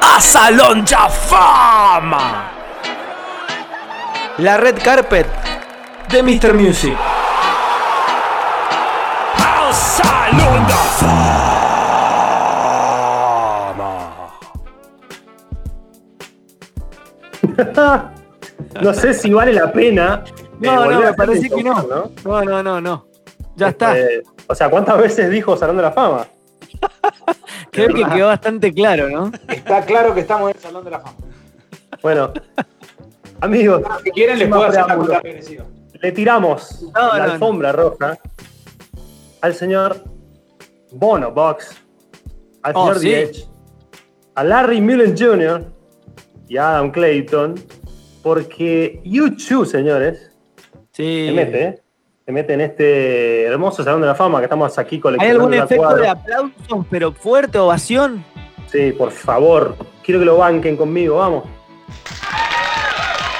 a Salón Fama. La red carpet Eh, de Mr. Music. Al Salón da Fama. No sé si vale la pena. eh, No, no, volver a me parece hacer que esto, no. No, no, no, no. Ya está. Eh, o sea, ¿cuántas veces dijo Salón de la Fama? Creo que quedó bastante claro, ¿no? Está claro que estamos en el Salón de la Fama. Bueno, amigos, Si quieren, les Sin más puedo hacer la preámbulo. cuenta regresiva. le tiramos No, la no, alfombra roja al señor Bono Box, al Oh, señor sí. Diez, a Larry Mullen Jr. y a Adam Clayton, porque YouTube, señores, Sí. se mete, ¿eh? Se mete en este hermoso Salón de la Fama que estamos aquí ¿Hay coleccionando. algún la efecto cuadra. de aplausos, pero fuerte, ovación? Sí, por favor, quiero que lo banquen conmigo, vamos.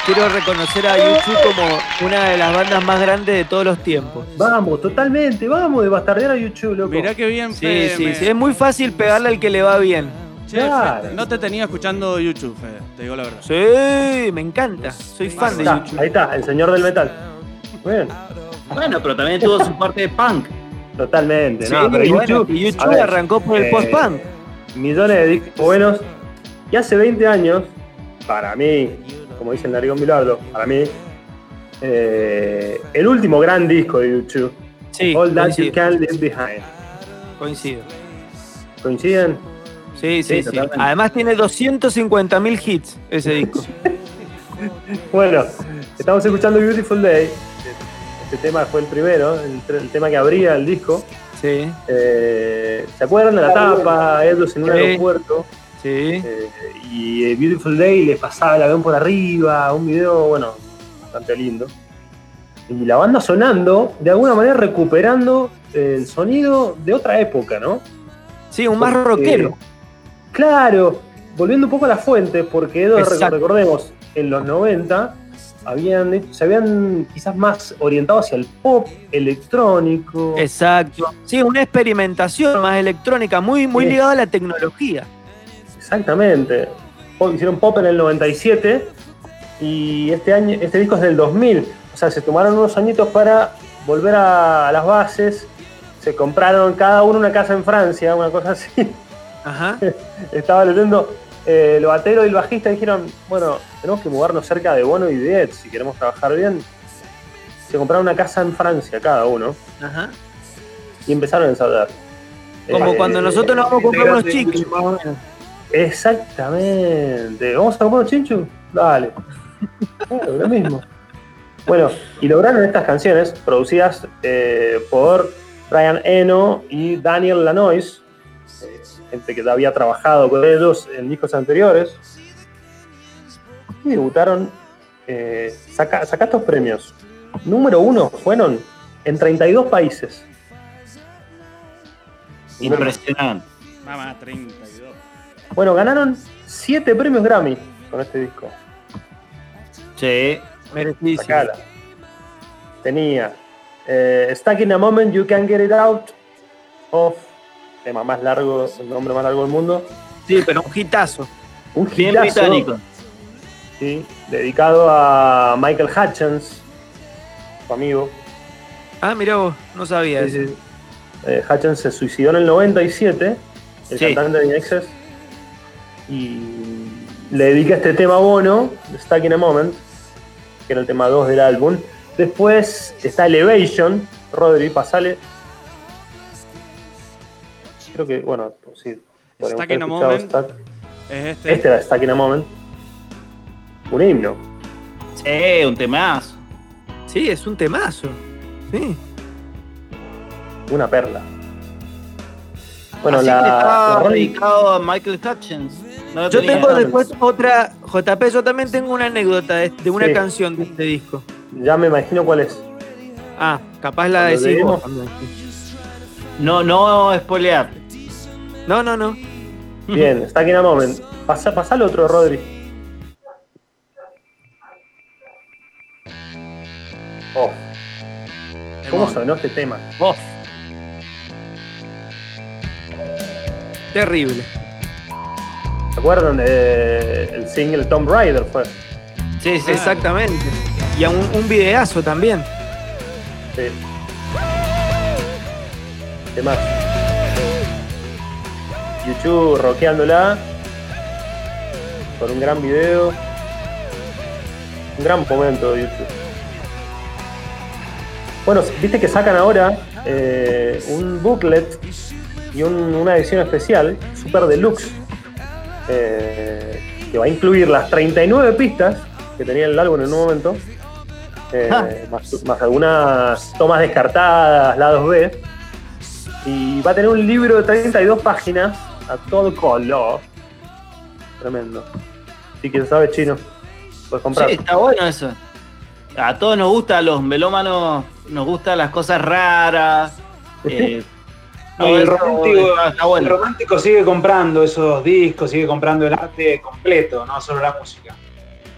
Quiero reconocer a YouTube como una de las bandas más grandes de todos los tiempos. Vamos, totalmente, vamos de bastardear a YouTube, loco. Mirá qué bien, Sí, Fede, sí, me- sí, es muy fácil pegarle al que le va bien. Che, Fede, Claro. no te tenía escuchando YouTube, Fede, te digo la verdad. Sí, me encanta. Soy fan de Está, YouTube. ahí está, el señor del metal. Muy bien, Bueno, pero también tuvo su parte de punk. totalmente. Sí, no, pero bueno, YouTube, y a YouTube ver, arrancó por el eh, post-punk. Millones de discos buenos. Y hace 20 años, para mí, como dice el Narigón Bilardo, para mí, eh, el último gran disco de YouTube, Sí, All That You coincido, Can Leave Behind. coincido. ¿Coinciden? Sí, Sí, sí, sí. totalmente. Además tiene 250.000 hits ese disco. Bueno, estamos escuchando Beautiful Day. Este tema fue el primero, el, tre- el tema que abría el disco. Sí, Eh, ¿Se acuerdan de la tapa? Ellos en un Sí. aeropuerto. sí. Eh, y eh, Beautiful Day les pasaba el avión por arriba, un video, bueno, bastante lindo. Y la banda sonando, de alguna manera recuperando el sonido de otra época, ¿no? Sí, un más Porque- rockero. Claro, volviendo un poco a la fuente, porque Edo, rec- Exacto. recordemos, en los 90 habían, hecho- se habían quizás más orientado hacia el pop electrónico. Exacto. Sí, una experimentación más electrónica, muy, muy Sí. ligada a la tecnología. Exactamente. Pop- Hicieron pop en el 97 y este año, este disco es del 2000. O sea, se tomaron unos añitos para volver a, a las bases. Se compraron cada uno una casa en Francia, una cosa así. Ajá. Estaba leyendo eh, el batero y el bajista dijeron, bueno, tenemos que mudarnos cerca de Bono y Dead si queremos trabajar bien. Se compraron una casa en Francia cada uno Ajá. y empezaron a ensayar. Como Eh, cuando nosotros nos vamos a comprar unos chicos. Exactamente. ¿Vamos a comprar un chinchu? Dale. Claro, lo mismo. Bueno, y lograron estas canciones producidas eh, por Brian Eno y Daniel Lanois, eh, gente que ya había trabajado con ellos en discos anteriores. Y debutaron, eh, saca, saca estos premios. Número uno fueron en 32 países. Impresionante. Mamá, 32. Bueno, ganaron 7 premios Grammy con este disco. Sí. Merecidísimo. Sacala. Tenía eh, Stuck in a Moment, You Can Get It Out, Off, tema más largo, el nombre más largo del mundo. Sí, pero un hitazo. Un Bien hitazo, británico. sí, dedicado a Michael Hutchins, su amigo. Ah, mirá vos, no sabía eso. Eh, Hutchins se suicidó en el 97, el Sí. cantante de Inexcess, y le dedica este tema a Bono, Stuck in a Moment, que era el tema 2 del álbum. Después está Elevation, Rodri, pasale. Creo que, bueno, pues sí. podríamos Stuck haber in a escuchado Moment. Stuck- Es este. Este era Stuck in a Moment. Un himno. Sí, Eh, un temazo. Sí, es un temazo. Sí. Una perla. Bueno, Así la, que la estaba Rodri- dedicado a Michael Hutchins. No lo Yo tenía. tengo después otra, JP, yo también tengo una anécdota de, de una Sí. canción de este disco. ya me imagino cuál es. Ah, capaz la Cuando decís vos lleguemos. también. No, no spoilear. No, no, no. Bien, está aquí en a moment. Pasa, pasa al otro, Rodri. Oh, ¿cómo Hermoso. sonó este tema? Vos. Terrible. ¿Se acuerdan? Eh, el single Tomb Raider fue. Sí, sí, exacto. Exactamente. Y a un, un videazo también. Sí. ¿Qué más? YouTube rockeándola. Con un gran video. Un gran momento de YouTube. Bueno, viste que sacan ahora eh, un booklet y un- una edición especial, super deluxe, eh, que va a incluir las 39 pistas que tenía el álbum en un momento, eh, Ah. más, más algunas tomas descartadas, lados B, y va a tener un libro de 32 páginas a todo color. Tremendo. Si quien sabe chino, puedes comprar. Sí, está bueno eso. A todos nos gusta, a los melómanos nos gustan las cosas raras. eh, No, y el eso romántico- está- está El bueno. romántico sigue comprando esos discos, sigue comprando el arte completo, no solo la música.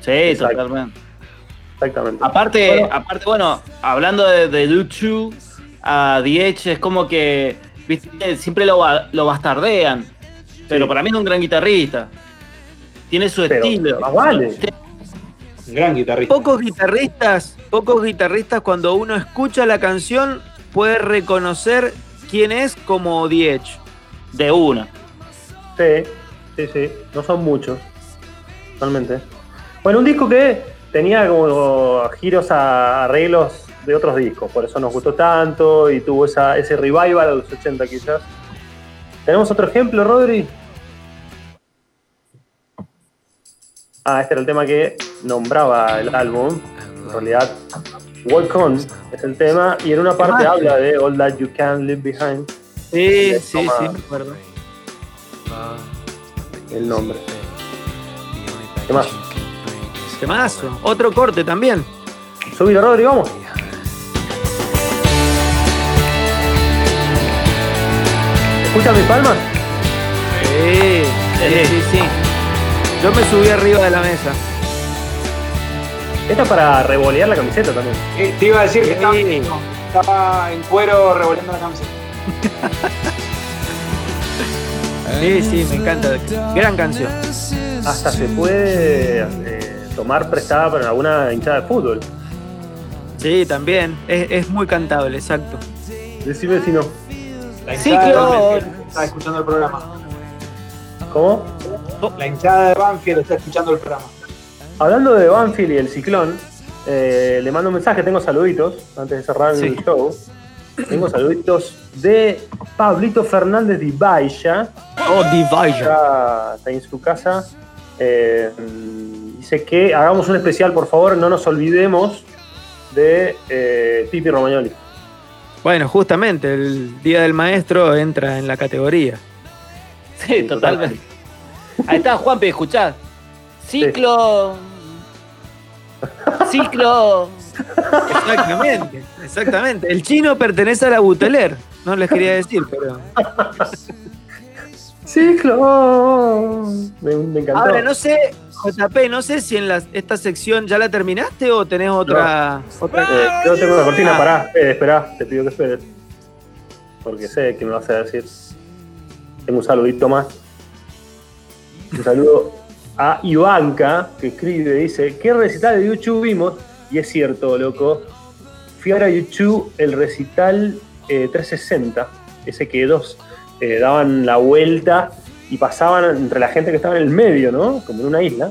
Sí, Exacto. totalmente. Exactamente. Aparte, Bueno. aparte, bueno, hablando de, de Duchu a Diech, es como que viste, siempre lo, ba- lo bastardean. Pero para mí es un gran guitarrista. Tiene su Pero, estilo. más vale. Un gran guitarrista. Pocos guitarristas, pocos guitarristas cuando uno escucha la canción puede reconocer quién es como Diech. De una. Sí, sí, sí. No son muchos. Realmente. Bueno, un disco que tenía como giros a arreglos de otros discos. Por eso nos gustó tanto y tuvo esa, ese revival a los 80 quizás. ¿Tenemos otro ejemplo, Rodri? Ah, este era el tema que nombraba el álbum. En realidad, Walk On es el tema. Y en una parte Ah. Temazo. habla de All That You Can Leave Behind. Sí, Diech, sí, toma. sí, me acuerdo. El nombre. ¿Qué más? Temazo. Otro corte también. Subilo, Rodri, vamos. ¿Escuchas mis palmas? Sí, sí, sí, sí. Yo me subí arriba de la mesa. Esta es para revolear la camiseta también. Eh, te iba a decir que estaba, Sí. no, estaba en cuero revolviendo la camiseta. Sí, sí, me encanta. Gran canción. Hasta se puede eh, tomar prestada para alguna hinchada de fútbol. Sí, también. Es, es muy cantable, exacto. Decime si no. La Sí, hinchada de claro. Banfield está escuchando el programa. ¿Cómo? La hinchada de Banfield está escuchando el programa. Hablando de Banfield y el ciclón, eh, le mando un mensaje, tengo saluditos antes de cerrar Sí. el show. Tengo saluditos de Pablito Fernández de Ibaya. Oh, Divide. está, está en su casa. Eh, mm, dice que hagamos un especial, por favor, no nos olvidemos de eh, Pipi Romagnoli. Bueno, justamente el Día del Maestro entra en la categoría. Sí, Sí, totalmente. Ahí está, Juanpe, escuchá. Ciclo. Ciclo. Exactamente, exactamente. El chino pertenece a la Buteler. No les quería decir, pero. Ciclón. Me, me encantó. Ahora, no sé, JP, no sé si en las- esta sección ya la terminaste o tenés otra. otra- Eh, yo tengo una cortina, Ah. pará, eh, esperá, te pido que esperes. Porque sé que me vas a decir. Tengo un saludito más. Un saludo a Ivanka, que escribe, dice, ¿qué recital de YouTube vimos? Y es cierto, loco. Fui a ver a YouTube el recital eh, 360, ese que dos eh, daban la vuelta y pasaban entre la gente que estaba en el medio, ¿no? Como en una isla.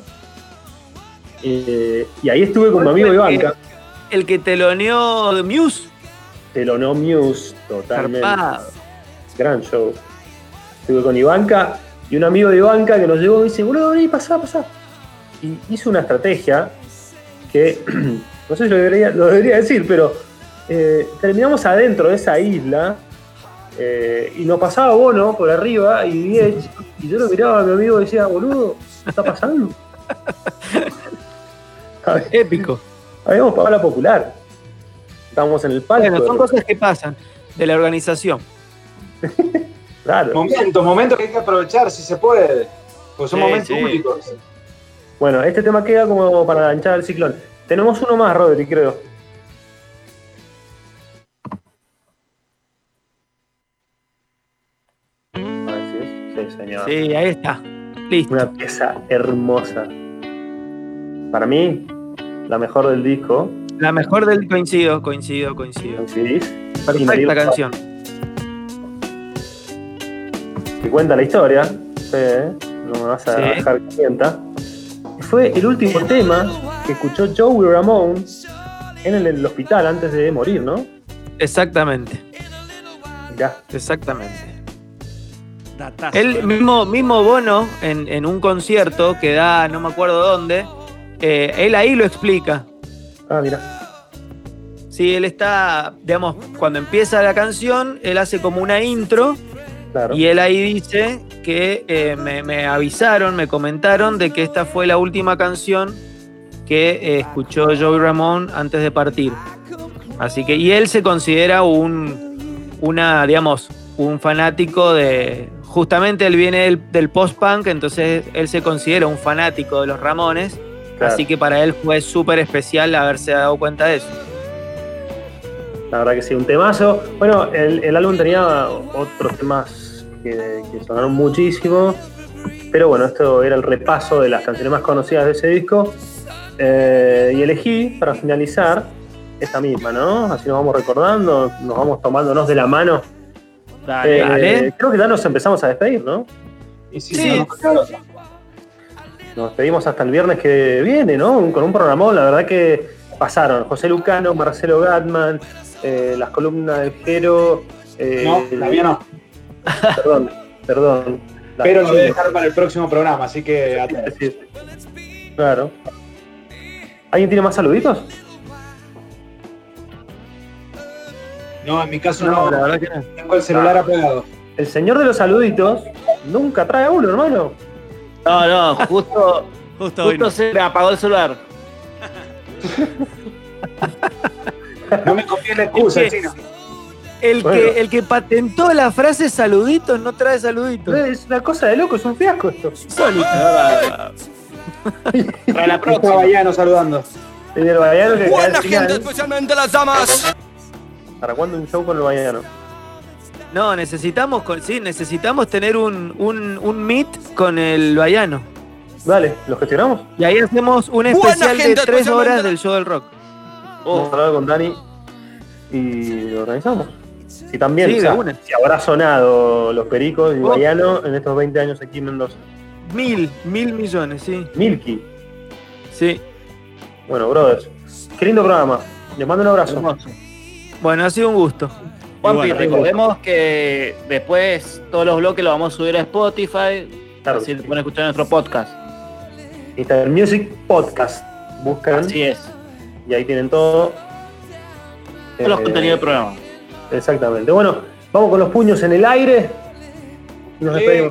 Eh, y ahí estuve con mi amigo Ivanka. El que teloneó de Muse, Telonó Muse, totalmente. zarpado. Gran show. Estuve con Ivanka y un amigo de Ivanka que nos llegó y dice, boludo, vení, pasá, pasá. Y hizo una estrategia que, no sé si lo debería, lo debería decir, pero eh, terminamos adentro de esa isla eh, y nos pasaba Bono por arriba y Diez, y yo lo miraba a mi amigo y decía, boludo, ¿qué está pasando? Épico. Habíamos pagado la popular. Estábamos en el palco. Bueno, son cosas que pasan de la organización. Claro. Momento, momento que hay que aprovechar si se puede. Porque son Sí, momentos sí. únicos. Bueno, este tema queda como para la hinchada del ciclón. Tenemos uno más, Rodri, creo. A ver si es. Sí, señor. Ah. Sí, ahí está. Listo. Una pieza hermosa. Para mí, la mejor del disco. La mejor del coincido, coincido, coincido. ¿coincidís? Perfecta Inalienable. canción. que cuenta la historia, sí, ¿eh? no me vas a Sí. dejar que mienta, fue el último tema que escuchó Joey Ramón en el, el hospital antes de morir, ¿no? Exactamente, Mirá, exactamente. Datazo. El mismo, mismo Bono en, en un concierto que da, no me acuerdo dónde, eh, él ahí lo explica. ah, mirá, Sí, él está, digamos, cuando empieza la canción, él hace como una intro claro. y él ahí dice que eh, me, me avisaron, me comentaron de que esta fue la última canción que eh, escuchó Joey Ramón antes de partir. Así que, y él se considera un, una, digamos, un fanático de, justamente él viene del, del post-punk, entonces él se considera un fanático de los Ramones, claro. así que para él fue súper especial haberse dado cuenta de eso. La verdad que sí, un temazo. Bueno, el, el álbum tenía otros temas que, que sonaron muchísimo, pero bueno, esto era el repaso de las canciones más conocidas de ese disco. Eh, y elegí, para finalizar, esta misma, ¿no? Así nos vamos recordando, nos vamos tomándonos de la mano. Dale. Eh, dale. Creo que ya nos empezamos a despedir, ¿no? Y sí, Sí. sí, claro. Nos despedimos hasta el viernes que viene, ¿no? Un- Con un programón, la verdad que pasaron José Lucano, Marcelo Gatman, eh, las columnas de Jero. eh, No, todavía no. Perdón, perdón. La- Pero lo voy a dejar para el próximo programa, así que atentos. Sí, sí. Claro. ¿Alguien tiene más saluditos? No, en mi caso no. verdad que no. Tengo el celular apagado. El señor de los saluditos nunca trae uno, hermano. No, no, justo, Justo hoy. no. justo se me apagó el celular. No me confíes la excusa, chino. El, Bueno. que, el que patentó la frase saluditos no trae saluditos. Es una cosa de loco, es un fiasco esto. Para la Estaba próxima. Bayano saludando. Y el Bayano que cae al Buena final. gente, especialmente las damas. ¿Para cuándo un show con el Bayano? No, necesitamos, con- sí, necesitamos tener un, un, un meet con el Bayano. Dale, ¿lo gestionamos? Y ahí hacemos un Buena especial de gente, tres especialmente horas la- del show del rock. Oh. Vamos a hablar con Dani y lo organizamos. Si también, Sí, o sea, de una. si habrá sonado los pericos y Oh. Bayano en estos 20 años aquí en Mendoza. Mil, mil millones, sí. Milky. Sí. Bueno, brothers, qué lindo programa. Les mando un abrazo. Bueno, ha sido un gusto. Juanpi, Igual. recordemos que después todos los bloques los vamos a subir a Spotify. Claro. Así te pueden escuchar nuestro podcast. Instagram Music Podcast. Buscan Así es. y ahí tienen todo. Todos los Eh, contenidos del programa. Exactamente. Bueno, vamos con los puños en el aire. Y nos Sí. despedimos.